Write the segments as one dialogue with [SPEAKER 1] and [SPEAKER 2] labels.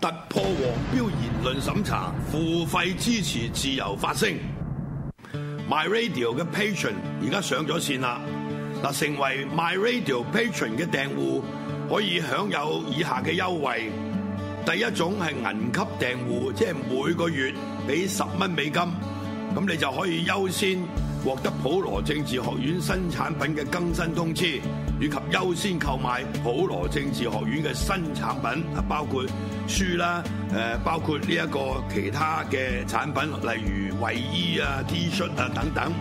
[SPEAKER 1] 突破黃標言論審查，付費支持自由發聲。My Radio 嘅 Patron 而家上咗線啦，嗱，成為 My Radio Patron 嘅訂戶可以享有以下嘅優惠。第一種係銀級訂戶，即係每個月俾十蚊美金，咁你就可以優先獲得普羅政治學院新產品嘅更新通知，以及優先購買普羅政治學院嘅新產品，啊包括書啦，誒包括呢一個其他嘅產品，例如衞衣啊、T 恤啊等等，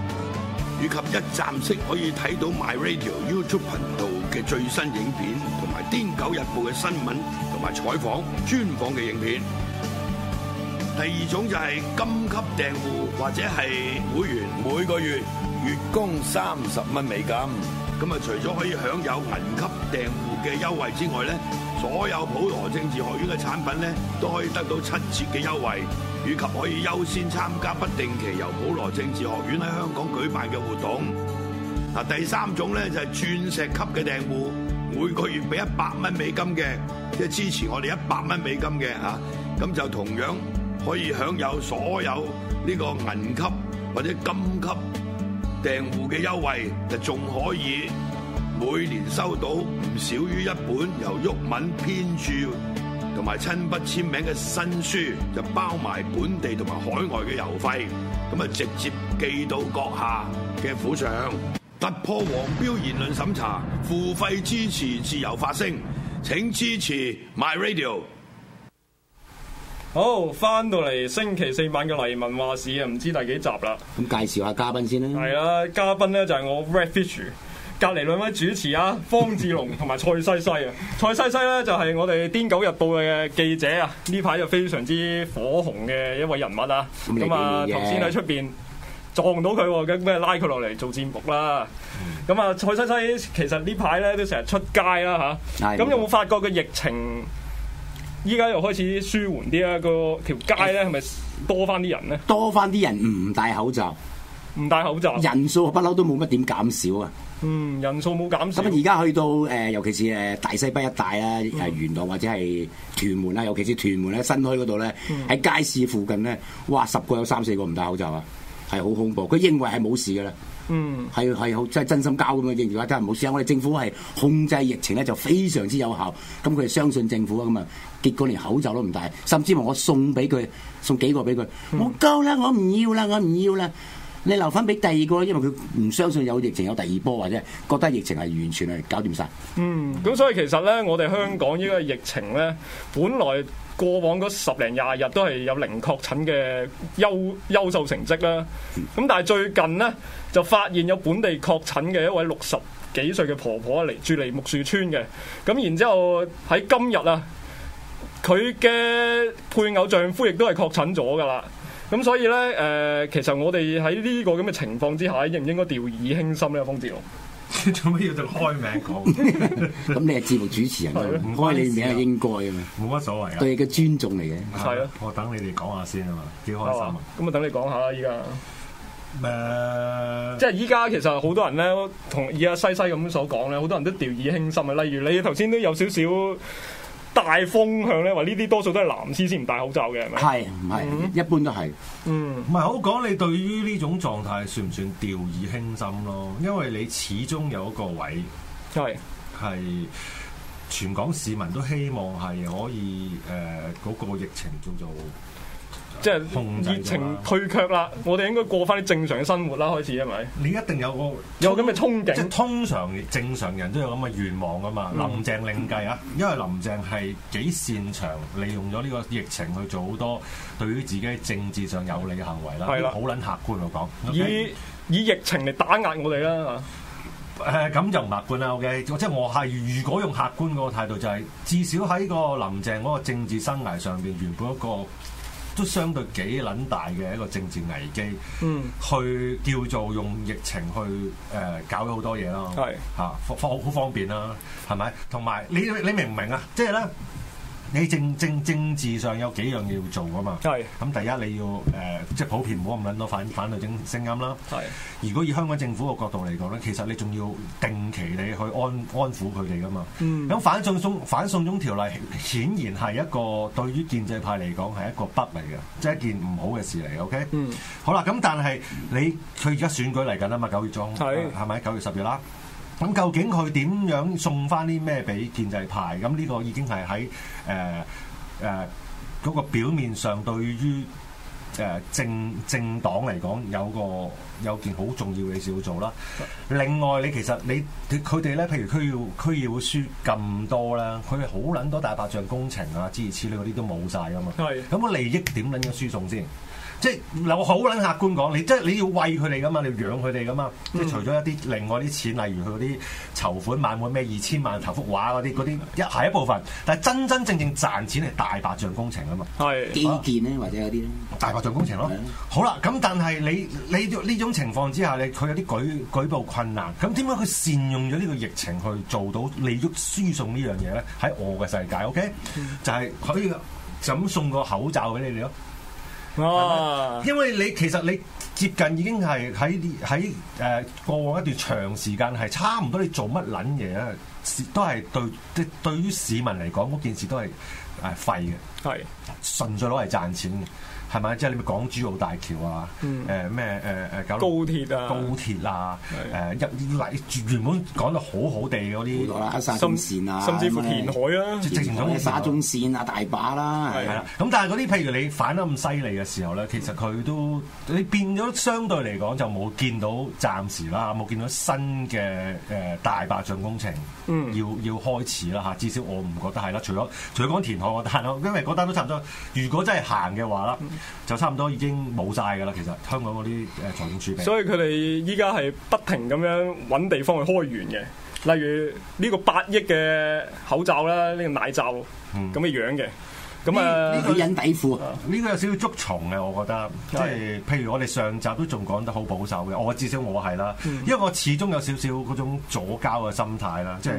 [SPEAKER 1] 以及一站式可以睇到 My Radio YouTube 頻道嘅最新影片，同埋《癲狗日報》嘅新聞同埋採訪專訪嘅影片。第二種就係金級訂戶或者係會員，每個月月供三十蚊美金。咁啊，除咗可以享有銀級訂戶嘅優惠之外咧，所有普羅政治學院嘅產品咧都可以得到七折嘅優惠，以及可以優先參加不定期由普羅政治學院喺香港舉辦嘅活動。嗱，第三種咧就係鑽石級嘅訂戶，每個月俾一百蚊美金嘅，即係支持我哋一百蚊美金嘅嚇，咁就同樣可以享有所有呢個銀級或者金級訂戶嘅優惠，就仲可以每年收到唔少於一本由毓民編著同埋親筆簽名嘅新書，就包埋本地同埋海外嘅郵費，咁啊直接寄到閣下嘅府上。突破黃標言論審查，付費支持自由發聲，請支持 My Radio。
[SPEAKER 2] 好，翻到嚟星期四晚嘅黎民話事啊，唔知第幾集啦。
[SPEAKER 3] 咁介紹下嘉賓先啦。
[SPEAKER 2] 係啊啦，嘉賓咧就係我 Red Fish，隔離兩位主持啊，方志龍同埋蔡西西啊。蔡西西咧就係我哋《癲狗日報》嘅記者啊，呢排就非常之火紅嘅一位人物啊。
[SPEAKER 3] 咁你
[SPEAKER 2] 咁啊，
[SPEAKER 3] 幾年
[SPEAKER 2] 頭
[SPEAKER 3] 嘅
[SPEAKER 2] 先喺出邊。撞到佢喎，咁咩拉佢落嚟做節目啦。
[SPEAKER 3] 嗯
[SPEAKER 2] 咁啊，蔡西西其實呢排咧都成日出街啦吓，
[SPEAKER 3] 係
[SPEAKER 2] 咁有冇發覺個疫情依家又開始舒緩啲啊？個條街咧係咪多翻啲人咧？
[SPEAKER 3] 多翻啲人唔戴口罩，
[SPEAKER 2] 唔戴口罩，
[SPEAKER 3] 人數不嬲都冇乜點減少啊。
[SPEAKER 2] 嗯，人數冇減少嗯
[SPEAKER 3] 咁。而家去到誒、呃尤其是誒大西北一帶啦，誒元朗或者係屯門啦，尤其是屯門咧新墟嗰度咧，
[SPEAKER 2] 嗯
[SPEAKER 3] 喺、街市附近咧，哇十個有三四個唔戴口罩啊，係好恐怖。佢認為係冇事嘅啦，
[SPEAKER 2] 嗯，
[SPEAKER 3] 係係好真係真心交咁嘅認為真係冇事啊。我哋政府係控制疫情咧就非常之有效，咁佢哋相信政府啊咁啊，結果連口罩都唔戴，甚至乎我送俾佢送幾個俾佢，我夠啦，我唔要啦，我唔要啦。你留翻俾第二個，因為佢唔相信有疫情有第二波，或者覺得疫情係完全係搞掂晒。
[SPEAKER 2] 嗯，咁所以其實咧，我哋香港呢個疫情咧，本來過往嗰十零廿日都係有零確診嘅優優秀成績啦。咁但係最近咧，就發現有本地確診嘅一位六十幾歲嘅婆婆嚟住嚟木樹村嘅。咁然之後喺今日啊，佢嘅配偶丈夫亦都係確診咗噶啦。咁所以咧，誒、其實我哋喺呢個咁嘅情況之下，應唔應該掉以輕心咧，方志龍？
[SPEAKER 4] 做乜要就開名講？
[SPEAKER 3] 咁你係節目主持 人
[SPEAKER 2] 係
[SPEAKER 3] 喎，
[SPEAKER 2] 啊
[SPEAKER 3] 唔開你名係應該嘅嘛，
[SPEAKER 4] 冇乜所謂啊。
[SPEAKER 3] 對你嘅尊重嚟嘅。
[SPEAKER 2] 係啊
[SPEAKER 4] 我等你哋講下先啊嘛，幾開
[SPEAKER 2] 係
[SPEAKER 4] 心
[SPEAKER 2] 嘛
[SPEAKER 4] 啊！
[SPEAKER 2] 咁啊，等你講下啦，依家。
[SPEAKER 4] 誒
[SPEAKER 2] 即，係依家其實好多人咧，同而家西西咁所講咧，好多人都掉以輕心啊。例如你頭先都有少少大風向咧，話呢啲多數都係藍絲先唔戴口罩嘅，係咪？
[SPEAKER 3] 係唔係？一般都係。
[SPEAKER 2] 嗯
[SPEAKER 4] 唔係好講你對於呢種狀態算唔算掉以輕心咯？因為你始終有一個位
[SPEAKER 2] 係
[SPEAKER 4] 係全港市民都希望係可以誒嗰、個疫情叫做
[SPEAKER 2] 即
[SPEAKER 4] 控
[SPEAKER 2] 係
[SPEAKER 4] 制咗啦
[SPEAKER 2] 熱情退卻啦，我哋應該過翻啲正常嘅生活啦，開始係咪？
[SPEAKER 4] 你一定有個
[SPEAKER 2] 有咁嘅憧
[SPEAKER 4] 即係
[SPEAKER 2] 憬，
[SPEAKER 4] 通常正常人都有咁嘅願望噶嘛。
[SPEAKER 2] 嗯
[SPEAKER 4] 林鄭另計啊，因為林鄭係幾擅長利用咗呢個疫情去做好多對於自己政治上有利嘅行為啦。
[SPEAKER 2] 係啦
[SPEAKER 4] 好撚客觀我講。
[SPEAKER 2] 以以疫情嚟打壓我哋啦。啊
[SPEAKER 4] 誒咁就唔客觀啦，OK，即係我係如果用客觀嗰個態度，就係至少喺個林鄭嗰個政治生涯上邊，原本一個都相對幾撚大嘅一個政治危機，
[SPEAKER 2] 嗯，
[SPEAKER 4] 去叫做用疫情去誒、呃搞咗好多嘢啦，
[SPEAKER 2] 係
[SPEAKER 4] 嚇方方好方便啦，係咪？同埋你你明唔明啊？即係咧。你政政政治上有幾樣嘢要做噶啊嘛。
[SPEAKER 2] 係
[SPEAKER 4] 咁第一你要誒、呃即係普遍唔好咁撚多反反對政聲音啦。
[SPEAKER 2] 係
[SPEAKER 4] 如果以香港政府嘅角度嚟講咧，其實你仲要定期你去安安撫佢哋噶嘛。咁、反送中反送中條例顯然係一個對於建制派嚟講係一個不嚟嘅，即係一件唔好嘅事嚟。OK，、
[SPEAKER 2] 嗯
[SPEAKER 4] 好啦，咁但係你佢而家選舉嚟緊啊嘛，九月中
[SPEAKER 2] 係
[SPEAKER 4] 係咪九月十月啦？咁究竟佢點樣送翻啲咩俾建制派？咁呢個已經係喺誒誒嗰個表面上對於誒、政政黨嚟講有個有件好重要嘅事要做啦。另外你其實你你佢哋咧，譬如區議區議會輸咁多啦，佢哋好撚多大白象工程啊，諸如此類嗰啲都冇晒噶嘛。
[SPEAKER 2] 係
[SPEAKER 4] 咁個利益點撚樣輸送先？即係嗱，我好撚客觀講，你即係你要喂佢哋噶嘛，你要養佢哋噶嘛。即係除咗一啲另外啲錢，例如佢嗰啲籌款晚會咩二千萬頭幅畫嗰啲，嗰啲一係一部分。但係真真正正賺錢係大白象工程啊嘛。
[SPEAKER 2] 係
[SPEAKER 3] 基建咧，或者有啲咧，
[SPEAKER 4] 大白象工程咯
[SPEAKER 3] 係啊。
[SPEAKER 4] 好啦，咁但係你你呢種情況之下，你佢有啲舉舉報困難，咁點解佢善用咗呢個疫情去做到利益輸送呢樣嘢咧？喺我嘅世界，OK，就係可以就咁送個口罩俾你哋咯。
[SPEAKER 2] 啊，
[SPEAKER 4] 因為你其實你接近已經係喺啲喺誒過往一段長時間係差唔多，你做乜撚嘢咧，是都係對即對於市民嚟講嗰件事都係誒廢嘅。
[SPEAKER 2] 係
[SPEAKER 4] 純粹攞嚟賺錢嘅，係咪？即係你咪港珠澳大橋啊，
[SPEAKER 2] 嗯
[SPEAKER 4] 誒咩誒誒九
[SPEAKER 2] 高
[SPEAKER 4] 龍
[SPEAKER 2] 鐵啊，
[SPEAKER 4] 高鐵啊，誒
[SPEAKER 2] 係
[SPEAKER 4] 一嚟原本講得好好地嗰
[SPEAKER 3] 好多
[SPEAKER 4] 啲，
[SPEAKER 3] 啦，沙
[SPEAKER 2] 甚
[SPEAKER 3] 中線啊，
[SPEAKER 2] 甚至乎填海啊，
[SPEAKER 4] 直情
[SPEAKER 3] 海
[SPEAKER 4] 咁
[SPEAKER 3] 沙中線啊，大把啦，
[SPEAKER 2] 係
[SPEAKER 4] 係啦。咁但係嗰啲譬如你反得咁犀利嘅時候咧，其實佢都你變咗相對嚟講就冇見到暫時啦，冇見到新嘅誒、呃大白象工程。
[SPEAKER 2] 嗯
[SPEAKER 4] 要要開始啦嚇，至少我唔覺得係啦。除咗除咗講填海嗰單咯，因為嗰單都差唔多。如果真係行嘅話啦，
[SPEAKER 2] 嗯
[SPEAKER 4] 就差唔多已經冇晒㗎啦。其實香港嗰啲誒財政儲備，
[SPEAKER 2] 所以佢哋依家係不停咁樣揾地方去開源嘅，例如呢個八億嘅口罩啦，呢、個奶罩咁
[SPEAKER 4] 嗯
[SPEAKER 2] 嘅樣嘅，咁
[SPEAKER 4] 呢呢
[SPEAKER 2] 啊
[SPEAKER 3] 女人底褲啊，
[SPEAKER 4] 呢個有少少捉蟲嘅，我覺得，即係譬如我哋上集都仲講得好保守嘅，我至少我係啦，因為我始終有少少嗰種左交嘅心態啦，即係。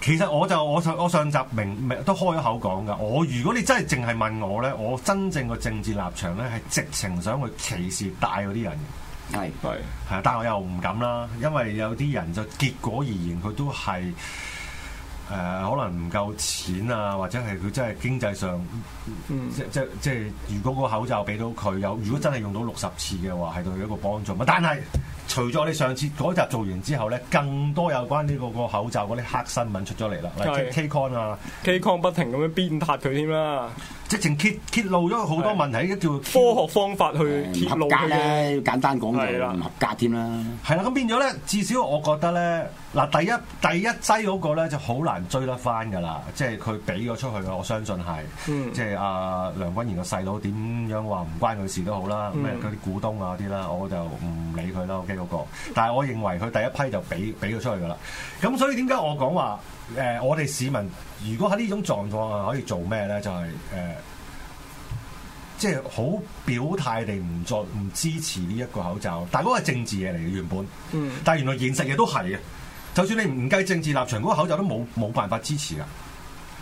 [SPEAKER 4] 其實我就我上我上集明明都開咗口講噶，我如果你真係淨係問我咧，我真正嘅政治立場咧係直情想去歧視大嗰啲人嘅。
[SPEAKER 3] 係
[SPEAKER 2] 係
[SPEAKER 4] 係啊，但我又唔敢啦，因為有啲人就結果而言，佢都係誒、呃可能唔夠錢啊，或者係佢真係經濟上，
[SPEAKER 2] 嗯
[SPEAKER 4] 即即即係如果個口罩俾到佢有，如果真係用到六十次嘅話，係對佢一個幫助。但係除咗你上次嗰集做完之後咧，更多有關呢個個口罩嗰啲黑新聞出咗嚟啦，例如
[SPEAKER 2] 係
[SPEAKER 4] KCon 啊，
[SPEAKER 2] K Con 不停咁樣鞭撻佢添啦，
[SPEAKER 4] 直情揭揭露咗好多問題，叫
[SPEAKER 2] 科學方法去
[SPEAKER 3] 誒
[SPEAKER 2] 揭
[SPEAKER 3] 嗯唔合
[SPEAKER 2] 露
[SPEAKER 3] 格啊
[SPEAKER 2] 佢嘅，
[SPEAKER 3] 咧，簡單講
[SPEAKER 2] 係
[SPEAKER 3] 就
[SPEAKER 2] 啦
[SPEAKER 3] 唔合格添啦。
[SPEAKER 4] 係啦，咁變咗咧，至少我覺得咧，嗱第一第一劑嗰個咧就好難追得翻㗎啦，即係佢俾咗出去啊嘅，我相信係，
[SPEAKER 2] 嗯
[SPEAKER 4] 即係阿、梁君彥個細佬點樣話唔關佢事都好啦，咩嗰啲股東啊啲啦，我就唔理佢啦，OK 嗰、個，但係我認為佢第一批就俾俾咗出去㗎啦，咁所以點解我講話誒，我哋市民如果喺呢種狀況啊，可以做咩咧？就係、誒。呃即係好表態地唔再唔支持呢一個口罩，但係嗰個係政治嘢嚟嘅原本，
[SPEAKER 2] 嗯
[SPEAKER 4] 但係原來現實嘢都係嘅。就算你唔計政治立場，嗰、個口罩都冇冇辦法支持㗎。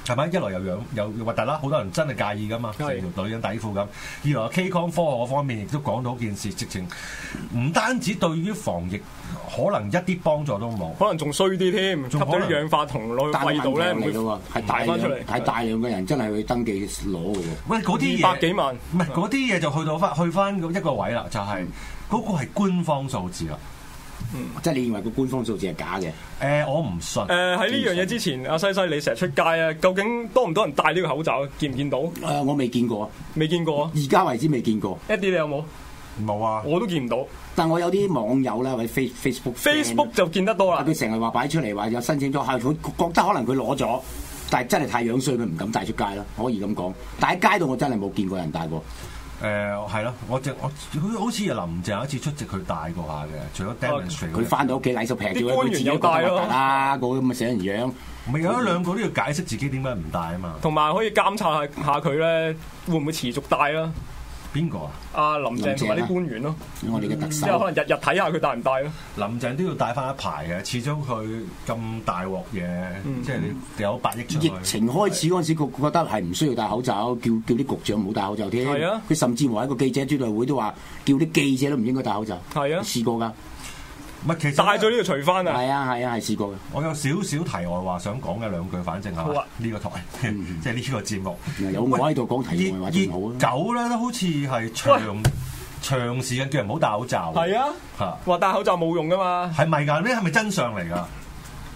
[SPEAKER 4] 係咪？一來又樣又核突啦，好多人真係介意噶嘛，成
[SPEAKER 2] 係
[SPEAKER 4] 條女人底褲咁。二來 K con 科學嗰方面亦都講到件事，直情唔單止對於防疫可能一啲幫助都冇。
[SPEAKER 2] 可能仲衰啲添，吸
[SPEAKER 4] 仲可
[SPEAKER 2] 咗
[SPEAKER 4] 能
[SPEAKER 2] 啲氧化銅落
[SPEAKER 3] 單
[SPEAKER 2] 去胃度咧，唔
[SPEAKER 3] 嚟
[SPEAKER 2] 會
[SPEAKER 3] 嘅喎，係大
[SPEAKER 2] 排
[SPEAKER 3] 量
[SPEAKER 2] 翻出嚟，
[SPEAKER 3] 係大量嘅人真係去登記攞嘅喎，
[SPEAKER 4] 喂，嗰啲嘢
[SPEAKER 2] 二百幾萬，
[SPEAKER 4] 唔係嗰啲嘢就去到翻去翻一個位啦，就係、嗰、個係官方數字啦。
[SPEAKER 3] 即係你認為個官方數字係假嘅，
[SPEAKER 4] 誒、我唔信。
[SPEAKER 2] 誒喺呢樣嘢之前，阿西西你成日出街啊，究竟多唔多人戴呢個口罩？見唔見到？
[SPEAKER 3] 誒我未見過，
[SPEAKER 2] 未見過啊
[SPEAKER 3] 而家為止未見過。
[SPEAKER 2] ！Eddie 你有冇？
[SPEAKER 4] 冇啊，
[SPEAKER 2] 我都見唔到
[SPEAKER 3] 但我有啲網友啦，或者 Face Facebook friend 啦
[SPEAKER 2] ，Facebook 就見得多啦。
[SPEAKER 3] 佢成日話擺出嚟話有申請咗，係佢覺得可能佢攞咗，但係真係太樣衰，佢唔敢帶出街啦，可以咁講。但喺街度我真係冇見過人帶過，
[SPEAKER 4] 誒呃係咯，我正我佢好似林鄭有一次出席佢帶過下嘅，除咗 demonstrate，
[SPEAKER 3] 哦佢翻到屋企禮數平咗，
[SPEAKER 2] 啲
[SPEAKER 3] 佢
[SPEAKER 2] 官
[SPEAKER 3] 自
[SPEAKER 2] 員
[SPEAKER 3] 己覺
[SPEAKER 2] 有
[SPEAKER 3] 得核
[SPEAKER 2] 帶咯
[SPEAKER 3] 突啦，嗰個咁嘅死人樣。
[SPEAKER 4] 咪有一兩個都要解釋自己點解唔帶啊嘛。
[SPEAKER 2] 同埋可以監察下佢咧，會唔會持續戴啦？
[SPEAKER 4] 邊個啊？
[SPEAKER 2] 阿林鄭同埋啲官員咯，
[SPEAKER 3] 我哋嘅特
[SPEAKER 2] 即係
[SPEAKER 3] 首
[SPEAKER 2] 可能日日睇下佢帶唔啊帶咯。
[SPEAKER 4] 林鄭都要帶翻一排嘅，始終佢咁大鑊嘢，即係你有百億出去
[SPEAKER 3] 嗯疫情開始嗰陣時，佢覺得係唔需要戴口罩，叫叫啲局長唔好戴口罩添。
[SPEAKER 2] 係啊
[SPEAKER 3] 佢甚至乎喺個記者招待會都話，叫啲記者都唔應該戴口罩。
[SPEAKER 2] 係啊
[SPEAKER 3] 試過㗎，
[SPEAKER 4] 唔係其實
[SPEAKER 2] 帶咗呢個除翻啊！
[SPEAKER 3] 係啊係啊係試過㗎。
[SPEAKER 4] 我有少少題外話想講嘅兩句，反正係
[SPEAKER 2] 好
[SPEAKER 4] 嘛
[SPEAKER 2] 啊
[SPEAKER 4] 呢個台， 即係呢個節目。
[SPEAKER 3] 有我喺度講嗯題外話仲好啊。
[SPEAKER 4] 狗咧都好似係長長時間叫人唔好戴口罩。
[SPEAKER 2] 係啊，
[SPEAKER 4] 嚇，
[SPEAKER 2] 話戴口罩冇用噶嘛，
[SPEAKER 4] 係咪㗎？呢係咪真相嚟㗎？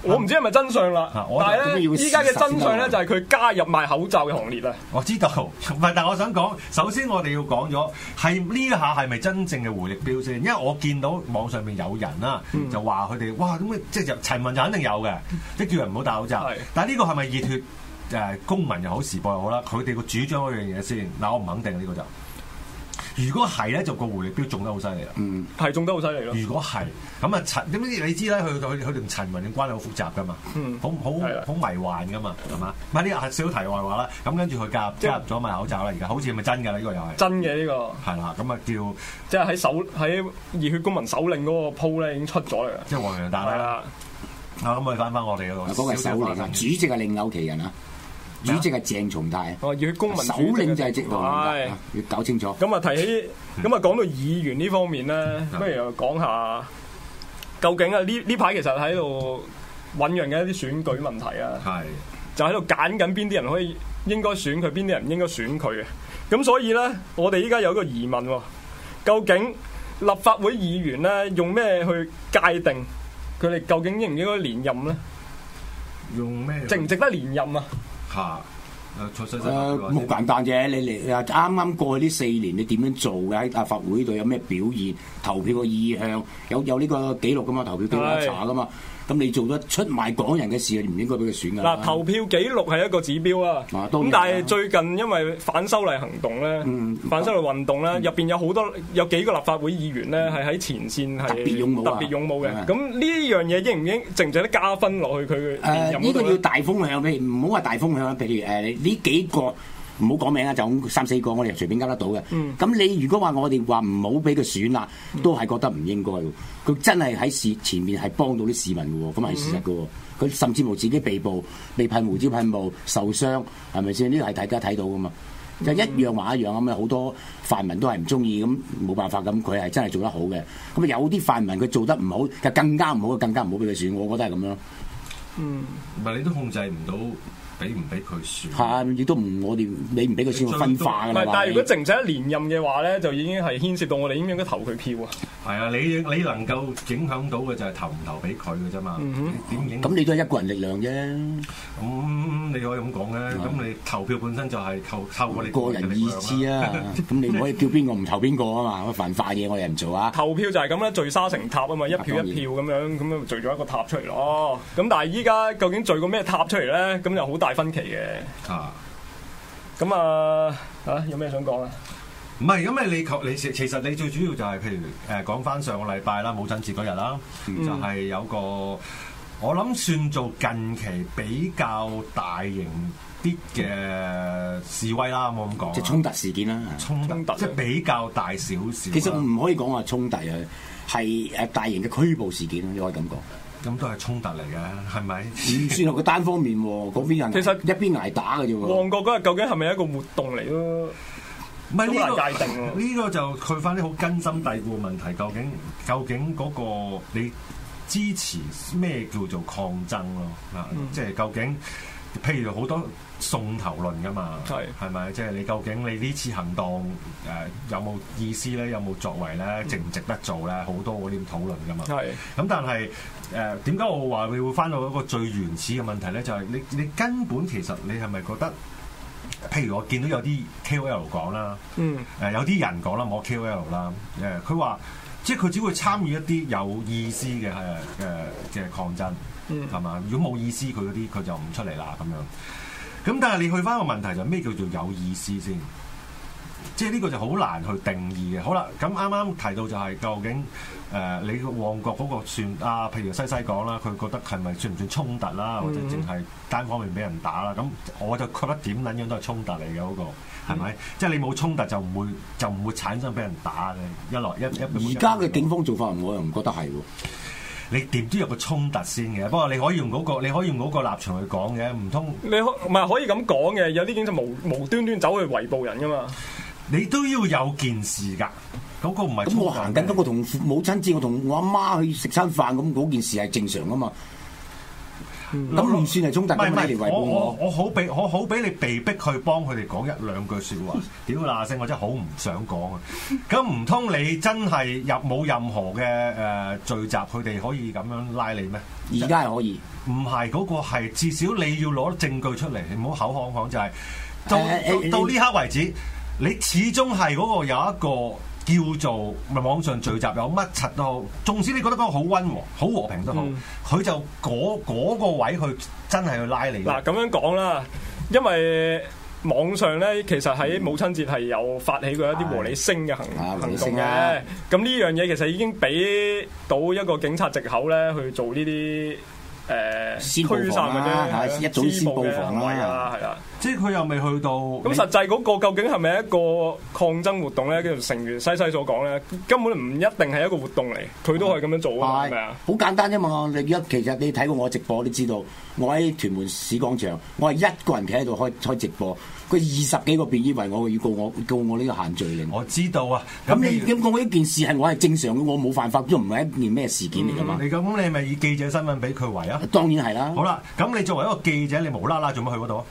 [SPEAKER 2] 我唔知係咪真相啦。
[SPEAKER 4] 啊
[SPEAKER 2] 但
[SPEAKER 4] 我
[SPEAKER 2] 係
[SPEAKER 3] 咁
[SPEAKER 2] 咧，
[SPEAKER 3] 要
[SPEAKER 2] 依家嘅真相咧就
[SPEAKER 3] 事實先得啊
[SPEAKER 2] 係佢加入賣口罩嘅行列啊！
[SPEAKER 4] 我知道， 唔係，但我想講，首先我哋要講咗係呢下係咪真正嘅回力標先？因為我見到網上面有人啦，就話佢哋哇咁嘅即係就陳雲就肯定有嘅，即係叫人唔好戴口罩
[SPEAKER 2] 係。
[SPEAKER 4] 但係呢個係咪熱血誒公民又好時報又好啦？佢哋個主張嗰樣嘢先，嗱我唔肯定呢個就。如果係咧，就個回力標中得好犀利啦。
[SPEAKER 3] 嗯，
[SPEAKER 2] 係中得好犀利咯。
[SPEAKER 4] 如果係咁啊，陳點知你知啦，佢佢佢同陳雲嘅關係好複雜噶嘛，
[SPEAKER 2] 嗯
[SPEAKER 4] 好好
[SPEAKER 2] 係啦
[SPEAKER 4] 好迷幻噶嘛，係嘛？唔係呢個係小題外話啦。咁跟住佢加入
[SPEAKER 2] 即係
[SPEAKER 4] 加入咗賣口罩啦，而家好似係咪真㗎啦？呢個又係
[SPEAKER 2] 真嘅呢個，
[SPEAKER 4] 係啦。咁啊叫
[SPEAKER 2] 即係喺手喺熱血公民首領嗰個鋪咧已經出咗嚟啦。
[SPEAKER 4] 即係黃洋達
[SPEAKER 2] 係
[SPEAKER 4] 啦。
[SPEAKER 2] 啦，
[SPEAKER 4] 啊咁我哋翻翻我哋嗰個
[SPEAKER 3] 嗰個係首
[SPEAKER 4] 小
[SPEAKER 3] 領
[SPEAKER 4] 姐
[SPEAKER 3] 啊，
[SPEAKER 4] 花
[SPEAKER 3] 主
[SPEAKER 4] 生
[SPEAKER 3] 席係另有其人啊，主
[SPEAKER 4] 咩啊
[SPEAKER 3] 席係鄭松泰啊，
[SPEAKER 2] 哦，熱血公民
[SPEAKER 3] 首領就係直
[SPEAKER 2] 直
[SPEAKER 3] 王
[SPEAKER 2] 係
[SPEAKER 3] 啊，要搞清楚。
[SPEAKER 2] 咁啊，提起咁啊，講到議員呢方面咧，不如又講下究竟啊呢呢排其實喺度醖釀緊一啲選舉問題啊，
[SPEAKER 4] 係
[SPEAKER 2] 就喺度揀緊邊啲人可以應該選佢，邊啲人唔應該選佢嘅。啊咁所以咧，我哋依家有一個疑問喎，究竟立法會議員咧用咩去界定佢哋究竟應唔應該連任咧？
[SPEAKER 4] 用咩
[SPEAKER 2] 值唔值得連任啊？
[SPEAKER 4] 嚇？誒蔡生
[SPEAKER 3] 誒好簡單啫，你嚟啊啱啱過去呢四年，你點樣做嘅喺立法會度有咩表現？投票嘅意向有有呢個記錄噶嘛？投票記錄有查噶嘛？咁你做得出賣港人嘅事，你唔應該俾佢選噶。
[SPEAKER 2] 嗱，投票記錄係一個指標啊。
[SPEAKER 3] 啊當
[SPEAKER 2] 咁
[SPEAKER 3] 然
[SPEAKER 2] 但係最近因為反修例行動咧
[SPEAKER 3] 嗯，
[SPEAKER 2] 反修例運動咧，入邊有好多有幾個立法會議員咧係喺前線係
[SPEAKER 3] 特別勇武
[SPEAKER 2] 特
[SPEAKER 3] 啊
[SPEAKER 2] 別勇武嘅
[SPEAKER 3] 係。
[SPEAKER 2] 咁呢樣嘢應唔應值唔值得加分落去佢嘅連
[SPEAKER 3] 誒
[SPEAKER 2] 任
[SPEAKER 3] 呃呢
[SPEAKER 2] 嗰
[SPEAKER 3] 個
[SPEAKER 2] 度
[SPEAKER 3] 要
[SPEAKER 2] 咧？
[SPEAKER 3] 大風向，譬如唔好話大風向，啊譬如誒你呢幾個唔好講名啦，啊就咁三四個我哋隨便噏得到嘅。咁、你如果話我哋話唔好俾佢選啦，都係覺得唔應該喎。佢真係喺市前面係幫到啲市民嘅喎，咁係事實嘅喎。佢甚至乎自己被捕、被噴胡椒噴霧、受傷，係咪先？呢個係大家睇到嘅嘛。就一樣話一樣咁啊！好多泛民都係唔中意咁，冇辦法咁，佢係真係做得好嘅。咁啊有啲泛民佢做得唔好，就更加唔好，更加唔好俾佢選。我覺得係咁樣咯。
[SPEAKER 4] 唔係你都控制唔到，俾唔俾佢選？
[SPEAKER 3] 係，亦都唔我哋你唔俾佢先分化
[SPEAKER 2] 唔
[SPEAKER 3] 㗎啦
[SPEAKER 2] 係，
[SPEAKER 3] 嘛。
[SPEAKER 2] 但係如果值唔值得連任嘅話咧，就已經係牽涉到我哋應唔應該投佢票啊？
[SPEAKER 4] 係啊，你你能夠影響到嘅就係投唔投俾佢嘅啫嘛。
[SPEAKER 2] 嗯
[SPEAKER 4] 你點影響
[SPEAKER 3] 咁你都係一個人力量啫，
[SPEAKER 4] 咁、你可以咁講嘅，咁你投票本身就係透透過你
[SPEAKER 3] 啊個人意志
[SPEAKER 4] 啊。
[SPEAKER 3] 啊。咁你唔可以叫邊個唔投邊個啊嘛，犯法嘢我哋唔做啊。
[SPEAKER 2] 投票就係咁啦，聚沙成塔啊嘛，一票一票咁樣，咁樣聚咗一個塔出嚟咯。咁但係依家究竟聚個咩塔出嚟咧？咁就好大分歧嘅。
[SPEAKER 4] 啊
[SPEAKER 2] 咁啊啊，有咩想講啊？
[SPEAKER 4] 唔係，因為你求你其其實你最主要就係、譬如誒、講翻上個禮拜啦，母親節嗰日啦，
[SPEAKER 3] 嗯
[SPEAKER 4] 就係有個我諗算做近期比較大型啲嘅示威啦，冇咁講啊，
[SPEAKER 3] 即係衝突事件啦。
[SPEAKER 4] 衝
[SPEAKER 2] 衝突
[SPEAKER 4] 即係比較大少啊少啦。
[SPEAKER 3] 其實唔可以講話衝突啊，係誒大型嘅拘捕事件咯，你可以咁講。
[SPEAKER 4] 咁都係衝突嚟嘅，係咪？
[SPEAKER 3] 唔算係佢單方面喎，嗰邊人
[SPEAKER 2] 其實
[SPEAKER 3] 一邊捱打嘅啫喎。
[SPEAKER 2] 旺角嗰日究竟係咪一個活動嚟咯？
[SPEAKER 4] 唔係呢
[SPEAKER 2] 好難界定
[SPEAKER 4] 個
[SPEAKER 2] 喎
[SPEAKER 4] 呢個就佢翻啲好根深蒂固嘅問題，究竟究竟嗰個你支持咩叫做抗爭咯？啊，
[SPEAKER 2] 嗯
[SPEAKER 4] 即係究竟譬如好多送頭論噶嘛，
[SPEAKER 2] 係
[SPEAKER 4] 係咪？即係你究竟你呢次行動誒、有冇意思咧？有冇作為咧？值唔值得做咧？好多嗰啲討論噶嘛。
[SPEAKER 2] 嗯係
[SPEAKER 4] 咁但係誒點解我話你會翻到一個最原始嘅問題咧？就係、你你根本其實你係咪覺得？譬如我見到有啲 KOL 講啦，
[SPEAKER 2] 嗯
[SPEAKER 4] 誒、有啲人講啦，冇 KOL 啦，誒、佢話即係佢只會參與一啲有意思嘅誒誒嘅抗爭，係嘛、如果冇意思，佢嗰啲佢就唔出嚟啦咁樣。咁但係你去翻個問題就係咩叫做有意思先？即係呢個就好難去定義嘅。好啦，咁啱啱提到就係究竟誒、呃你個旺角嗰個算啊，譬如西西講啦，佢覺得係咪算唔算衝突啦，或者淨係單方面俾人打啦？咁我就覺得點撚樣都係衝突嚟嘅嗰個。係咪？即係你冇衝突就唔會就唔會產生俾人打嘅一來一一。
[SPEAKER 3] 而家嘅警方做法，我又唔覺得係喎。
[SPEAKER 4] 你點都有個衝突先嘅。不過你可以用嗰、個，你可以用嗰個立場去講嘅，唔通
[SPEAKER 2] 你可唔係可以咁講嘅？有啲警察無無端端走去圍捕人噶嘛？
[SPEAKER 4] 你都要有件事㗎。嗰、個唔係
[SPEAKER 3] 咁我行緊，咁我同父母親節，我同我阿媽去食餐飯，咁嗰件事係正常噶嘛。咁唔算係衝突，
[SPEAKER 4] 嗯唔係
[SPEAKER 3] 咁
[SPEAKER 4] 唔
[SPEAKER 3] 你嚟
[SPEAKER 4] 係，
[SPEAKER 3] 圍
[SPEAKER 4] 我
[SPEAKER 3] 捕
[SPEAKER 4] 我
[SPEAKER 3] 我。
[SPEAKER 4] 我好俾我好俾你被逼去幫佢哋講一兩句説話， 屌嗱聲，我真係好唔想講啊！咁唔通你真係入冇任何嘅誒、呃聚集，佢哋可以咁樣拉你咩？
[SPEAKER 3] 而家係可以。
[SPEAKER 4] 唔係嗰個係，至少你要攞證據出嚟，你唔好口講講就係、
[SPEAKER 3] 誒誒誒
[SPEAKER 4] 到到到呢刻為止，你始終係嗰個有一個叫做咪網上聚集有乜柒都好，縱使你覺得嗰個好温和、好和平都好，
[SPEAKER 3] 嗯
[SPEAKER 4] 佢、就嗰嗰、個位去真係去拉你。
[SPEAKER 3] 嗯
[SPEAKER 2] 嗱咁樣講啦，因為網上咧，其實喺母親節係有發起過一啲和理性嘅行
[SPEAKER 3] 啊和
[SPEAKER 2] 行動
[SPEAKER 3] 理性
[SPEAKER 2] 嘅
[SPEAKER 3] 啊。
[SPEAKER 2] 咁呢樣嘢其實已經俾到一個警察藉口咧去做呢啲誒
[SPEAKER 3] 先布防
[SPEAKER 2] 驅散
[SPEAKER 3] 啦
[SPEAKER 2] 嘅
[SPEAKER 3] 係
[SPEAKER 2] 啫，
[SPEAKER 3] 一早先布防啦
[SPEAKER 2] 施暴嘅行為啊，係啦。
[SPEAKER 4] 即係佢又未去到
[SPEAKER 2] 咁實際嗰個究竟係咪一個抗爭活動咧？跟住成員西西所講咧，根本唔一定係一個活動嚟，佢都可以咁樣做啊嘛，係咪
[SPEAKER 3] 係
[SPEAKER 2] 啊？
[SPEAKER 3] 好簡單啫嘛！你一其實你睇過我直播，你知道我喺屯門市廣場，我係一個人企喺度開開直播，佢二十幾個便衣圍我，要告我告我呢個限聚令。
[SPEAKER 4] 我知道啊，
[SPEAKER 3] 咁
[SPEAKER 4] 咁
[SPEAKER 3] 你
[SPEAKER 4] 你。
[SPEAKER 3] 咁講呢件事係我係正常嘅，我冇犯法，都唔係一件咩事件嚟噶嘛？
[SPEAKER 4] 你咁你咪以記者身份俾佢圍啊？
[SPEAKER 3] 當然係啦。
[SPEAKER 4] 好啦，咁你作為一個記者，你無啦啦做乜去嗰度啊？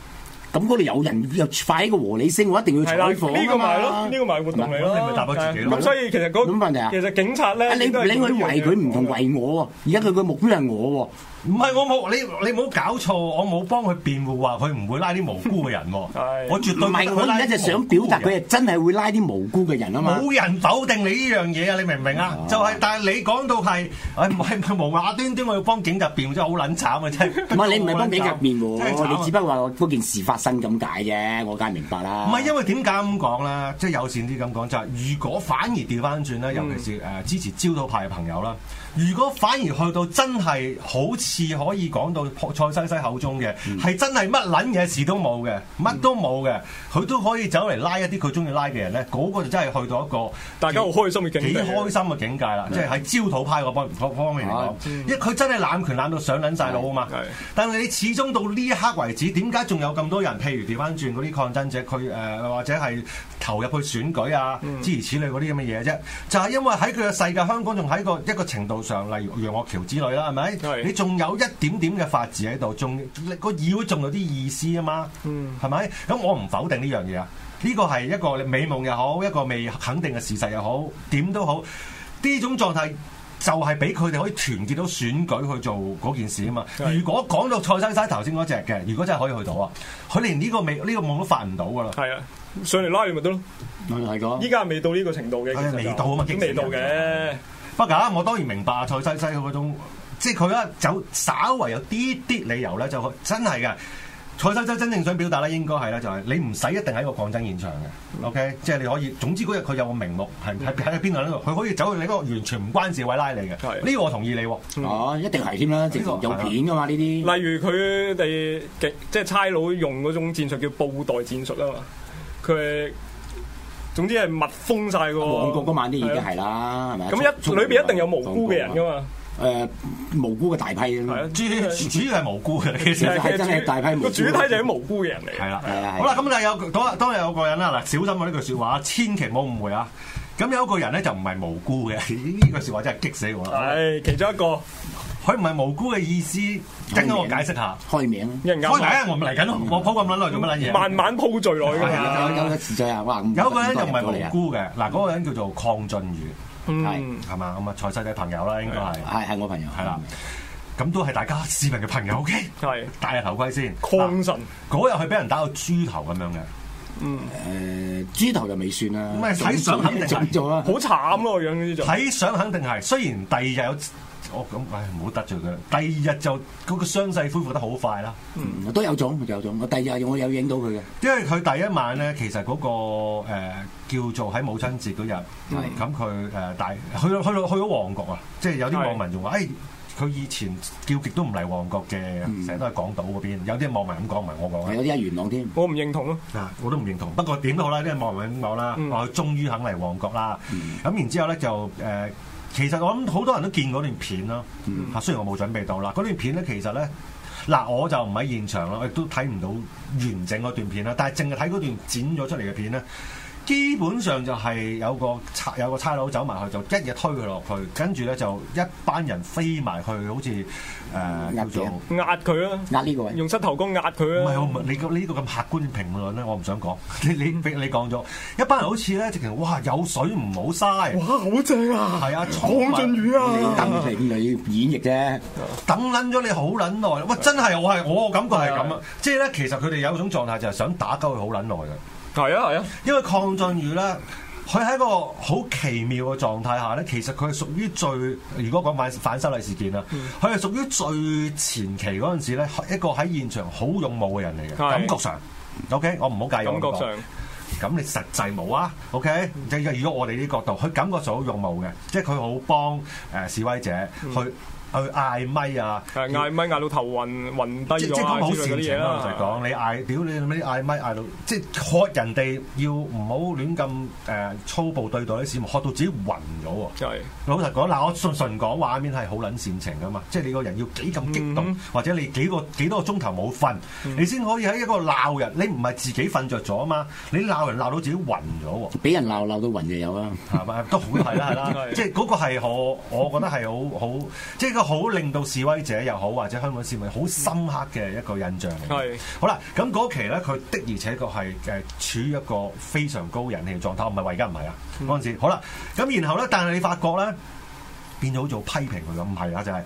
[SPEAKER 3] 咁嗰度有人又快起個和理聲，我一定要
[SPEAKER 2] 係
[SPEAKER 3] 採
[SPEAKER 2] 啦，
[SPEAKER 3] 訪
[SPEAKER 2] 呢個
[SPEAKER 3] 㗎
[SPEAKER 2] 咪係
[SPEAKER 3] 嘛
[SPEAKER 2] 咯，呢個咪係活動嚟
[SPEAKER 4] 係咪
[SPEAKER 2] 咯。
[SPEAKER 4] 啊你咪答咗自己咯
[SPEAKER 2] 咁所以其實嗰
[SPEAKER 3] 咁問題啊
[SPEAKER 2] 其實警察咧，
[SPEAKER 3] 啊你你
[SPEAKER 2] 應該係
[SPEAKER 3] 去
[SPEAKER 2] 做呢樣嘢
[SPEAKER 3] 圍佢唔同圍我喎，而家佢個目標係我
[SPEAKER 4] 唔係我冇你你冇搞錯，我冇幫佢辯護話佢唔會拉啲無辜嘅人喎
[SPEAKER 2] 係。
[SPEAKER 4] 我絕
[SPEAKER 3] 喎，
[SPEAKER 4] 對
[SPEAKER 3] 唔
[SPEAKER 4] 覺
[SPEAKER 3] 係
[SPEAKER 4] 得
[SPEAKER 3] 我
[SPEAKER 4] 佢拉
[SPEAKER 3] 而
[SPEAKER 4] 啲
[SPEAKER 3] 家就
[SPEAKER 4] 無
[SPEAKER 3] 想
[SPEAKER 4] 辜
[SPEAKER 3] 表達
[SPEAKER 4] 嘅
[SPEAKER 3] 佢
[SPEAKER 4] 人
[SPEAKER 3] 係真係會拉啲無辜嘅人啊嘛。哦
[SPEAKER 4] 冇人否定你呢樣嘢啊！你明唔明啊？就係但係你講到係，誒唔係唔係無話端端我要幫警察辯護，真係好撚慘啊！真係
[SPEAKER 3] 唔係你唔係幫警察辯
[SPEAKER 4] 真係慘啊
[SPEAKER 3] 護，你只不過話嗰件事發生咁解啫，我梗係明白啦。
[SPEAKER 4] 唔係因為點解咁講咧？即係友善啲咁講就係、如果反而調翻轉
[SPEAKER 2] 嗯
[SPEAKER 4] 咧，尤其是誒、呃支持招到派嘅朋友啦，如果反而去到真係好似可以講到蔡西西口中嘅，
[SPEAKER 2] 嗯
[SPEAKER 4] 係、真係乜撚嘢事都冇嘅，乜都冇嘅，佢都可以走嚟拉一啲佢中意拉嘅人咧，嗰、個就真係去到一個
[SPEAKER 2] 大家好開心嘅啊境
[SPEAKER 4] 幾
[SPEAKER 2] 地
[SPEAKER 4] 開心嘅境界啦，即係喺焦土派嗰方嗰方面嚟
[SPEAKER 3] 啊
[SPEAKER 4] 講，因為佢真係攬權攬到上撚晒腦啊嘛
[SPEAKER 2] 係。
[SPEAKER 4] 但係你始終到呢一刻為止，點解仲有咁多人？譬如調翻轉嗰啲抗爭者，佢誒、呃或者係投入去選舉啊，
[SPEAKER 2] 嗯
[SPEAKER 4] 諸如此類嗰啲咁嘅嘢啫。就係因為喺佢嘅世界，香港仲喺個一個程度上，例如楊岳橋之類啦，係咪
[SPEAKER 2] 係？
[SPEAKER 4] 你仲有一點點嘅法治喺度，仲個議會仲有啲意思啊嘛，
[SPEAKER 2] 嗯
[SPEAKER 4] 係咪？咁我唔否定呢樣嘢啊，呢個係一個美夢又好，一個未肯定嘅事實又好，點都好，呢種狀態。就係俾佢哋可以團結到選舉去做嗰件事啊嘛！
[SPEAKER 2] 係
[SPEAKER 4] 如果講到蔡生生頭先嗰只嘅，如果真係可以去到啊，佢連呢個未呢、個夢都發唔到噶啦。
[SPEAKER 2] 係啊，上嚟拉你咪得咯。
[SPEAKER 3] 我就係
[SPEAKER 2] 依
[SPEAKER 3] 講，
[SPEAKER 2] 家係未到呢個程度嘅，
[SPEAKER 4] 係啊
[SPEAKER 2] 其實
[SPEAKER 4] 未到啊嘛
[SPEAKER 2] 已經
[SPEAKER 4] 激
[SPEAKER 2] 未
[SPEAKER 4] 死
[SPEAKER 2] 到嘅
[SPEAKER 4] 人。不過啊我當然明白啊蔡西西佢嗰種，即係佢咧走稍為有啲啲理由咧，就真係嘅。蔡西西真正想表達咧，應該係咧就係你唔使一定喺個抗爭現場嘅，OK，即係你可以。總之嗰日佢有個名目係喺喺邊度呢度，佢可以走去你嗰個完全唔關事嘅位拉你嘅。
[SPEAKER 2] 係
[SPEAKER 4] 呢個我同意你喎。
[SPEAKER 3] 哦，一定係添啦，直情有片噶嘛呢啲。
[SPEAKER 2] 例如佢哋嘅即係差佬用嗰種戰術叫布袋戰術啊嘛，佢係總之係密封晒個
[SPEAKER 3] 旺角嗰晚啲已經係啦，係咪啊？
[SPEAKER 2] 咁一裏邊一定有無辜嘅人噶嘛，
[SPEAKER 3] 誒無辜嘅大批
[SPEAKER 2] 係
[SPEAKER 3] 啦
[SPEAKER 2] 啊，
[SPEAKER 4] 主要主要係無辜嘅，其
[SPEAKER 3] 其
[SPEAKER 4] 實
[SPEAKER 3] 實係真係大批無辜
[SPEAKER 2] 個主體就係啲無辜嘅人嚟
[SPEAKER 4] 係
[SPEAKER 2] 嘅。
[SPEAKER 4] 啦，
[SPEAKER 3] 係啊係啊
[SPEAKER 4] 好啦，咁就有當當日有個人啦，嗱，小心啊我呢句説話，千祈唔好誤會啊！咁有一個人咧就唔係無辜嘅，呢句説話真係激死我啦！
[SPEAKER 2] 係其中一個，
[SPEAKER 4] 佢唔係無辜嘅意思，等我解釋下。
[SPEAKER 3] 開名。
[SPEAKER 2] 一人
[SPEAKER 4] 開名啊！我唔嗯嚟緊，我鋪咁撚耐做乜撚嘢？
[SPEAKER 2] 慢慢鋪聚落去㗎
[SPEAKER 4] 係啊
[SPEAKER 2] 嘛。
[SPEAKER 3] 有有有時就係哇，咁
[SPEAKER 4] 有一個人就唔係
[SPEAKER 3] 多人啊過
[SPEAKER 4] 無
[SPEAKER 3] 嚟
[SPEAKER 4] 辜嘅，嗱，嗰個人叫做邝俊宇，
[SPEAKER 2] 嗯，
[SPEAKER 4] 係嘛？咁啊，蔡西仔朋友啦，應該係
[SPEAKER 3] 啊，係係我朋友，
[SPEAKER 4] 係啦，。咁都係大家市民嘅朋友，OK？
[SPEAKER 2] 係
[SPEAKER 4] 戴下頭盔先。
[SPEAKER 2] 抗神
[SPEAKER 4] 嗰日佢俾人打到豬頭咁樣嘅。
[SPEAKER 3] 誒豬頭就未算啦，
[SPEAKER 4] 啊咁咪睇相肯定係
[SPEAKER 3] 仲做啦
[SPEAKER 2] 好。慘咯，個樣呢啲就
[SPEAKER 4] 睇相肯定係，雖然第二日有我咁唉唔好得罪佢。第二日就嗰個傷勢恢復得好快啦，
[SPEAKER 3] 嗯都有種，有種。我第二日我有影到佢嘅，
[SPEAKER 4] 因為佢第一晚咧，其實嗰、個、呃、叫做喺母親節嗰日，咁佢誒大去到去到去咗旺角啊，即係有啲
[SPEAKER 2] 係
[SPEAKER 4] 網民仲話誒。哎佢以前叫極都唔嚟旺角嘅，成日都係港島嗰邊。有啲網民咁講，唔係我講啊
[SPEAKER 3] 係有啲喺元朗添。
[SPEAKER 2] 我唔認同咯。
[SPEAKER 4] 啊，我都唔認同。不過點都好啦，啲網民咁講啦，
[SPEAKER 2] 嗯
[SPEAKER 4] 我終於肯嚟旺角啦。
[SPEAKER 3] 嗯
[SPEAKER 4] 咁、然之後咧就誒、呃其實我諗好多人都見嗰段片啦。
[SPEAKER 3] 嗯
[SPEAKER 4] 嚇、雖然我冇準備到啦，嗰段片咧其實咧。嗱，我就唔喺現場啦，我亦都睇唔到完整嗰段片啦。但係淨係睇嗰段剪咗出嚟嘅片咧，基本上就係有個差有個差佬走埋去，就一嘢推佢落去，跟住咧就一班人飛埋去，好似誒、呃
[SPEAKER 3] 壓
[SPEAKER 4] 叫做
[SPEAKER 3] 頸
[SPEAKER 4] 唔
[SPEAKER 2] 壓佢啦，
[SPEAKER 3] 壓呃呢個位，
[SPEAKER 2] 用膝頭哥壓佢啊啦。
[SPEAKER 4] 係我唔你個呢個咁客觀評論咧，我唔想講。 你你俾你講咗一班人好似咧，直情哇有水唔好
[SPEAKER 2] 哇，
[SPEAKER 4] 嘥，
[SPEAKER 2] 好正啊！
[SPEAKER 4] 係啊，
[SPEAKER 2] 邝
[SPEAKER 4] 衝
[SPEAKER 2] 俊
[SPEAKER 4] 埋
[SPEAKER 2] 宇
[SPEAKER 3] 你
[SPEAKER 2] 啊！
[SPEAKER 3] 等佢嚟演繹啫。
[SPEAKER 4] 等撚咗你好撚耐，喂真係我係我感覺係咁啊！即係咧，其實佢哋有一種狀態就係想打鳩佢好撚耐嘅。
[SPEAKER 2] 係啊係啊，
[SPEAKER 4] 因為邝俊宇咧，佢喺一個好奇妙嘅狀態下咧，其實佢係屬於最，如果講反反修例事件啦，啊
[SPEAKER 2] 嗯
[SPEAKER 4] 佢係屬於最前期嗰陣時咧，一個喺現場好勇武嘅人嚟嘅，
[SPEAKER 2] 係
[SPEAKER 4] 感覺上。OK，我唔好介意
[SPEAKER 2] 感
[SPEAKER 4] 我咁講。
[SPEAKER 2] 覺上
[SPEAKER 4] 咁你實際冇啊，OK？即係如果我哋呢角度，佢感覺上好勇武嘅，即係佢好幫誒、呃示威者去、去嗌咪啊，
[SPEAKER 2] 嗯係嗌咪嗌到頭暈暈
[SPEAKER 4] 即
[SPEAKER 2] 低
[SPEAKER 4] 即
[SPEAKER 2] 咗
[SPEAKER 4] 係講
[SPEAKER 2] 啊
[SPEAKER 4] 好
[SPEAKER 2] 之類嗰
[SPEAKER 4] 煽
[SPEAKER 2] 啲
[SPEAKER 4] 情
[SPEAKER 2] 嘢
[SPEAKER 4] 啦，老實
[SPEAKER 2] 啦。
[SPEAKER 4] 講，你嗌屌你咩嗌咪嗌到，即係喝人哋要唔好亂咁誒粗暴對待啲市民，喝到自己暈咗喎。
[SPEAKER 2] 係
[SPEAKER 4] 老實講，嗱，我純純講畫面係好撚煽情噶嘛，即係你個人要幾咁激動，
[SPEAKER 2] 嗯
[SPEAKER 4] 或者你幾個幾多個鐘頭冇瞓，你先可以喺一個鬧人，你唔係自己瞓着咗啊嘛，你鬧人鬧到自己暈咗喎。
[SPEAKER 3] 俾人鬧鬧到暈就有啊！
[SPEAKER 4] 係咪？都好係啦，係啦，
[SPEAKER 2] 係
[SPEAKER 4] 即係嗰個係我，我覺得係好好，即係一個好令到示威者又好，或者香港市民好深刻嘅一個印象嚟。
[SPEAKER 2] 係
[SPEAKER 4] 好啦，咁嗰期咧，佢的而且確係誒處於一個非常高人氣嘅狀態，唔係話而家唔係啊，嗰陣時好啦，咁然後咧，但係你發覺咧，變咗好做批評佢咁，唔係啊，就係、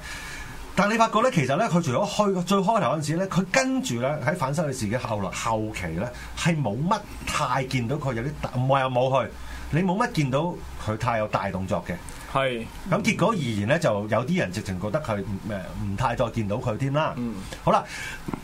[SPEAKER 4] 但係你發覺咧，其實咧，佢除咗開最開頭嗰陣時咧，佢跟住咧喺反修例事件後來後期咧，係冇乜太見到佢有啲大唔係又冇去，你冇乜見到佢太有大動作嘅。
[SPEAKER 2] 係
[SPEAKER 4] 咁結果而言咧，就有啲人直情覺得佢誒呃唔太再見到佢添啦。
[SPEAKER 2] 嗯
[SPEAKER 4] 好啦，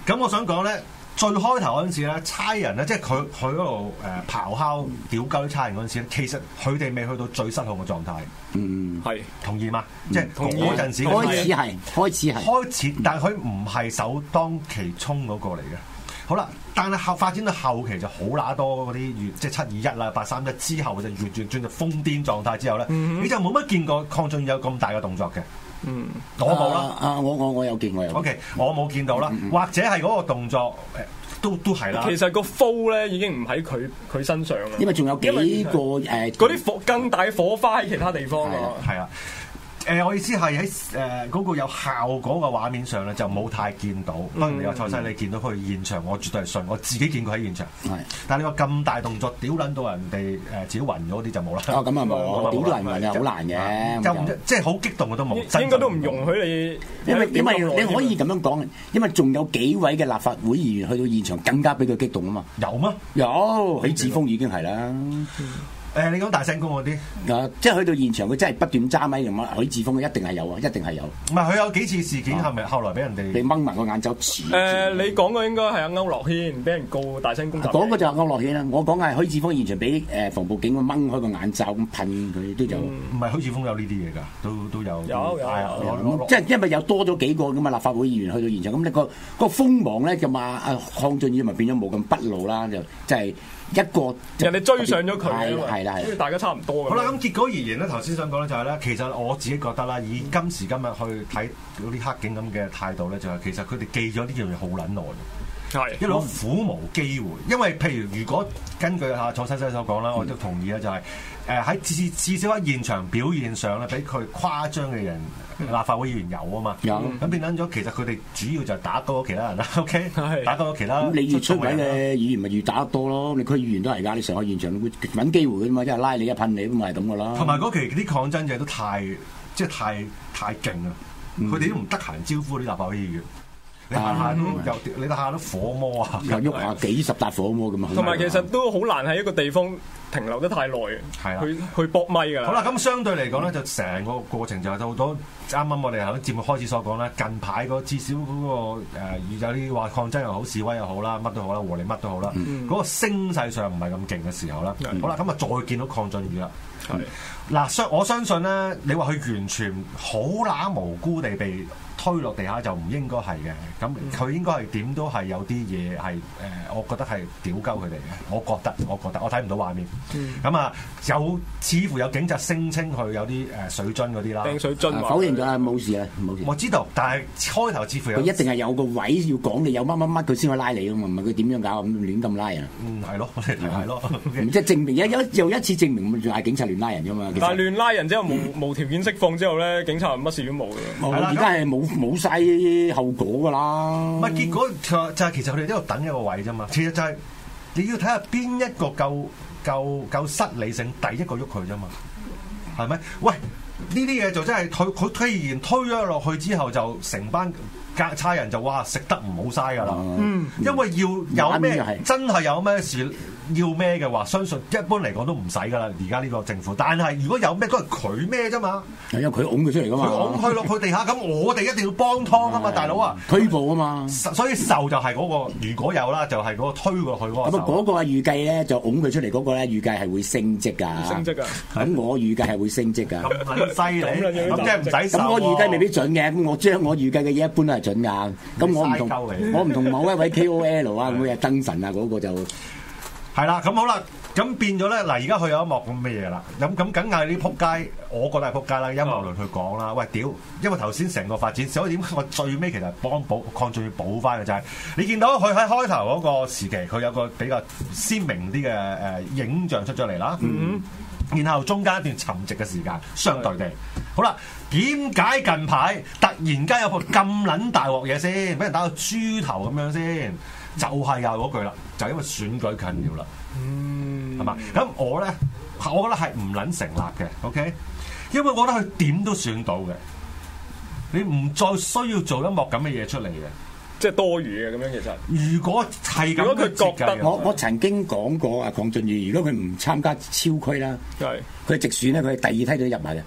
[SPEAKER 4] 咁我想講咧，最開頭嗰陣時咧，差人啊咧，即係佢佢嗰度誒咆哮屌鳩啲差人嗰陣時咧，其實佢哋未去到最失控嘅狀態，
[SPEAKER 3] 嗯，
[SPEAKER 2] 係
[SPEAKER 4] 同意嗎？即係
[SPEAKER 2] 嗯同意
[SPEAKER 4] 嗰陣時嘅
[SPEAKER 3] 開始係開始係，
[SPEAKER 4] 開始，但係佢唔係首當其衝嗰個嚟嘅。好啦，但係後發展到後期就好乸多嗰啲越即係七二一啦、八三一之後就完全進入瘋癲狀態之後咧，你就冇乜見過邝俊宇有咁大嘅動作嘅。
[SPEAKER 2] 嗯
[SPEAKER 4] 我冇啦。
[SPEAKER 3] 啊！啊我我我有見我有見。
[SPEAKER 4] OK，我冇見到啦，或者係嗰個動作誒都都係啦。
[SPEAKER 2] 嗯其實個 f 咧已經唔喺佢佢身上啦，
[SPEAKER 3] 因為仲有幾
[SPEAKER 2] 因為
[SPEAKER 3] 個誒
[SPEAKER 2] 嗰啲火更大火花喺其他地方
[SPEAKER 3] 係啊
[SPEAKER 2] 啊。
[SPEAKER 4] 係啦。誒、我意思係喺誒嗰個有效果嘅畫面上咧，就冇太見到。
[SPEAKER 2] 嗯
[SPEAKER 4] 當然你話蔡西，你見到佢現場，我絕對係信，我自己見佢喺現場。
[SPEAKER 3] 係
[SPEAKER 4] 但係你話咁大動作，屌撚到人哋誒自己暈咗啲就冇啦。
[SPEAKER 3] 哦咁啊冇，屌到人
[SPEAKER 4] 冇
[SPEAKER 3] 暈
[SPEAKER 4] 啦
[SPEAKER 3] 就好難嘅。
[SPEAKER 4] 就
[SPEAKER 3] 咁
[SPEAKER 4] 唔
[SPEAKER 3] 就
[SPEAKER 4] 即係好激動嘅都冇，真
[SPEAKER 2] 應該都唔
[SPEAKER 4] 冇
[SPEAKER 2] 容許你，
[SPEAKER 3] 因為因
[SPEAKER 2] 點
[SPEAKER 3] 為
[SPEAKER 2] 咁耐
[SPEAKER 3] 你可以
[SPEAKER 2] 添
[SPEAKER 3] 咁樣講，因為仲有幾位嘅立法會議員去到現場，更加俾佢激動啊嘛。
[SPEAKER 4] 有咩？誒、
[SPEAKER 3] 有許志峰已經係啦，
[SPEAKER 4] 你講大聲公嗰啲，
[SPEAKER 3] 啊即係去到現場，佢真係不斷揸咪咁啊！許志峰一定係有啊，一定係有，
[SPEAKER 4] 唔係佢有幾次事
[SPEAKER 2] 哦
[SPEAKER 4] 件係咪後來俾人
[SPEAKER 3] 你
[SPEAKER 4] 哋？
[SPEAKER 3] 掹埋個眼罩似。
[SPEAKER 2] 誒、你講嘅應該係阿歐樂軒俾人告大聲公襲
[SPEAKER 3] 啊嗰個就係歐樂軒啦，我講係許志峰現場俾誒防暴警咁掹開個眼罩咁噴佢，都有。
[SPEAKER 2] 嗯
[SPEAKER 4] 唔係許志峰有呢啲嘢㗎，都都有。
[SPEAKER 2] 有有
[SPEAKER 4] 係啊
[SPEAKER 2] 有
[SPEAKER 4] 我我
[SPEAKER 3] 即係因為有多咗幾個咁啊立法會議員去到現場，咁你個個鋒芒咧就嘛啊邝俊宇咪變咗冇咁不露啦，就即係一個
[SPEAKER 2] 人哋追上咗佢啊
[SPEAKER 3] 係啦
[SPEAKER 2] 嘛，
[SPEAKER 3] 係啦係
[SPEAKER 2] 因為
[SPEAKER 3] 啦，
[SPEAKER 2] 大家差唔多咁。
[SPEAKER 4] 好啦，咁結果而言咧，頭先想講咧就係咧，其實我自己覺得啦，以今時今日去睇嗰啲黑警咁嘅態度咧，就係其實佢哋記咗呢樣嘢好撚耐，
[SPEAKER 2] 係
[SPEAKER 4] 一路苦無機會。因為譬如如果根據阿蔡西西所講
[SPEAKER 3] 嗯
[SPEAKER 4] 啦，我都同意啦，啊就係誒喺至至少喺現場表現上咧，俾佢誇張嘅人，立法會議員有啊嘛。
[SPEAKER 3] 嗯有
[SPEAKER 4] 咁變撚咗，其實佢哋主要就係打鳩咗其他人啦，OK，
[SPEAKER 2] 係
[SPEAKER 4] 打鳩咗其他
[SPEAKER 3] 咁你越出
[SPEAKER 4] 眾
[SPEAKER 3] 位
[SPEAKER 4] 人啦
[SPEAKER 3] 嘅
[SPEAKER 2] 啊
[SPEAKER 3] 議員咪越打得多咯，你區議員都係㗎，你成個現場都會揾機會㗎嘛，一係拉你一噴你咁咪係咁㗎啦。
[SPEAKER 4] 同埋嗰期啲抗爭者都太即係太太勁啦，佢哋都唔得閒招呼啲立法會議員，你下下都
[SPEAKER 3] 嗯
[SPEAKER 4] 又你下下都火魔啊！
[SPEAKER 3] 又喐下幾十笪火魔咁啊！
[SPEAKER 2] 同埋其實都好難喺一個地方停留得太耐嘅，
[SPEAKER 4] 係啊啦
[SPEAKER 2] 去去搏咪㗎啦。
[SPEAKER 4] 好啦，咁相對嚟講咧，就成個過程就係好多啱啱我哋喺節目開始所講啦。近排嗰至少嗰個呃有啲話抗爭又好、示威又好啦，乜都好啦，和你乜都好啦，嗰個聲勢上唔係咁勁嘅時候啦。好啦，咁啊再見到抗爭雨啦。
[SPEAKER 2] 係
[SPEAKER 4] 嗱，相我相信咧，你話佢完全好乸無辜地被推落地下就唔應該係嘅，咁佢應該係點都係有啲嘢係誒，呃我覺得係屌鳩佢哋嘅，我覺得，我覺得，我睇唔到畫面。咁啊、有似乎有警察聲稱佢有啲誒水樽嗰啲啦，
[SPEAKER 2] 掟水樽
[SPEAKER 3] 啊
[SPEAKER 2] 話
[SPEAKER 3] 否認咗啊，冇事啊，冇事。
[SPEAKER 4] 我知道，但係啊開頭似乎有
[SPEAKER 3] 佢一定係有個位要講你有乜乜乜，佢先可以拉你噶嘛，唔係佢點樣搞咁亂咁拉人。
[SPEAKER 4] 嗯 係咯，係咯。
[SPEAKER 3] 唔即係證明一一又一次證明咪就係警察亂拉人啫嘛。其
[SPEAKER 2] 但係
[SPEAKER 3] 實
[SPEAKER 2] 亂拉人之後無無條件釋放之後咧，警察乜事都冇嘅。
[SPEAKER 3] 我
[SPEAKER 4] 係啦
[SPEAKER 3] 而家係冇冇曬後果㗎啦。
[SPEAKER 4] 唔係結果就就係其實佢哋都喺度等一個位啫嘛。其實就係你要睇下邊一個夠夠夠失理性，第一個喐佢啫嘛，係咪？喂，呢啲嘢就真係佢佢推然推咗落去之後，就成班隔差人就哇食得唔好嘥㗎啦。
[SPEAKER 3] 嗯
[SPEAKER 4] 因為要有
[SPEAKER 3] 玩呢
[SPEAKER 4] 咩
[SPEAKER 3] 個係
[SPEAKER 4] 真係有咩事要咩嘅話，相信一般嚟講都唔使㗎啦。而家呢個政府，但係如果有咩都係佢咩啫嘛，
[SPEAKER 3] 因啊為佢拱佢出嚟㗎
[SPEAKER 4] 佢拱
[SPEAKER 3] 嘛，
[SPEAKER 4] 佢落去地下，咁我哋一定要幫湯
[SPEAKER 3] 嗯
[SPEAKER 4] 啊嘛，大佬啊！
[SPEAKER 3] 拘捕啊嘛。
[SPEAKER 4] 所以受就係嗰、個，如果有啦，就係嗰個推過去嗰個
[SPEAKER 3] 咁啊，
[SPEAKER 4] 受。
[SPEAKER 3] 嗰個啊預計咧就拱佢出嚟嗰個咧預計係會升職
[SPEAKER 4] 啊
[SPEAKER 3] 㗎。
[SPEAKER 2] 升職啊㗎。
[SPEAKER 3] 咁我預計係會升職㗎。
[SPEAKER 4] 咁撚犀利，
[SPEAKER 2] 咁撚
[SPEAKER 4] 咁
[SPEAKER 2] 樣
[SPEAKER 4] 即係唔使受喎。
[SPEAKER 3] 咁我預計未必準嘅，咁我將我預計嘅嘢一般都係準㗎。咁我唔同
[SPEAKER 4] 你嘥鳩嚟
[SPEAKER 3] 我唔同某一位 KOL 啊，每日燈神啊嗰個就
[SPEAKER 4] 係啦，咁好啦，咁變咗咧嗱，而家佢有一幕咁嘅嘢啦，咁咁梗係啲撲街，我覺得係撲街啦，陰謀論去講啦，喂屌，因為頭先成個發展，所以點解我最尾其實係幫補抗仲要補翻嘅就係、你見到佢喺開頭嗰個時期，佢有個比較鮮明啲嘅誒影像出咗嚟啦。然後中間一段沉寂嘅時間，相對地，好啦，點解近排突然間有個咁撚大鑊嘢先，俾人打到豬頭咁樣先？就係又係嗰句啦，就係因為選舉近了啦，係嘛、咁我咧，我覺得係唔撚成立嘅，OK？因為我覺得佢點都選到嘅，你唔再需要做一幕咁嘅嘢出嚟嘅。
[SPEAKER 2] 即係多餘嘅咁樣，其實
[SPEAKER 4] 如果係咁
[SPEAKER 2] 如果
[SPEAKER 4] 樣
[SPEAKER 2] 佢覺
[SPEAKER 4] 設
[SPEAKER 2] 得
[SPEAKER 4] 計嘅話，
[SPEAKER 3] 我我曾經講過啊，邝俊宇，如果佢唔參加超區啦，
[SPEAKER 2] 係
[SPEAKER 3] 佢直選咧，佢係第二梯隊入埋嘅，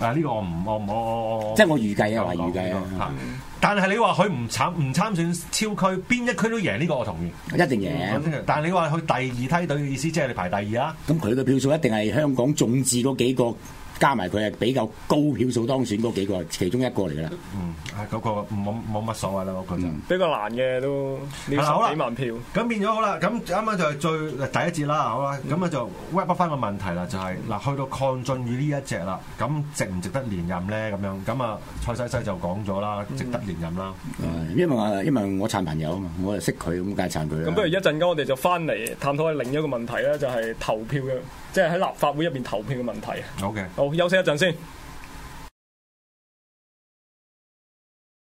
[SPEAKER 4] 嗱啊呢個我唔我唔我
[SPEAKER 2] 哦
[SPEAKER 4] 我
[SPEAKER 3] 即係我預計啊，話預計啊，
[SPEAKER 4] 啊。但係你話佢唔參唔參選超區，邊一區都贏呢個我同意。
[SPEAKER 3] 啊一定
[SPEAKER 2] 嗯
[SPEAKER 3] 贏。
[SPEAKER 4] 但係你話佢第二梯隊嘅意思，即係你排第二啦。
[SPEAKER 3] 咁佢嘅票數一定係香港眾志嗰幾個加埋佢係比較高票數當選嗰幾個其中一個嚟㗎啦。
[SPEAKER 4] 嗯，啊嗰、個冇冇乜所謂啦，嗰、個就。
[SPEAKER 2] 比較難嘅都你
[SPEAKER 4] 係啦好
[SPEAKER 2] 要
[SPEAKER 4] 啦
[SPEAKER 2] 十幾萬票。
[SPEAKER 4] 咁變咗好啦，咁啱啱就係最第一節啦，好啦，咁啊就 wrap up 翻個問題啦，就係、嗱，去到邝俊宇呢一隻啦，咁值唔值得連任咧？咁樣咁啊，蔡西西就講咗啦，值得連任啦。
[SPEAKER 3] 誒啊因為我因為我撐朋友啊嘛，我就識佢，咁梗係撐佢啦。
[SPEAKER 2] 咁不如一陣間我哋就翻嚟探討下另一個問題啦，就係投票嘅，即係喺立法會入邊投票嘅問題。
[SPEAKER 4] 好嘅。
[SPEAKER 2] 好，休息一陣先。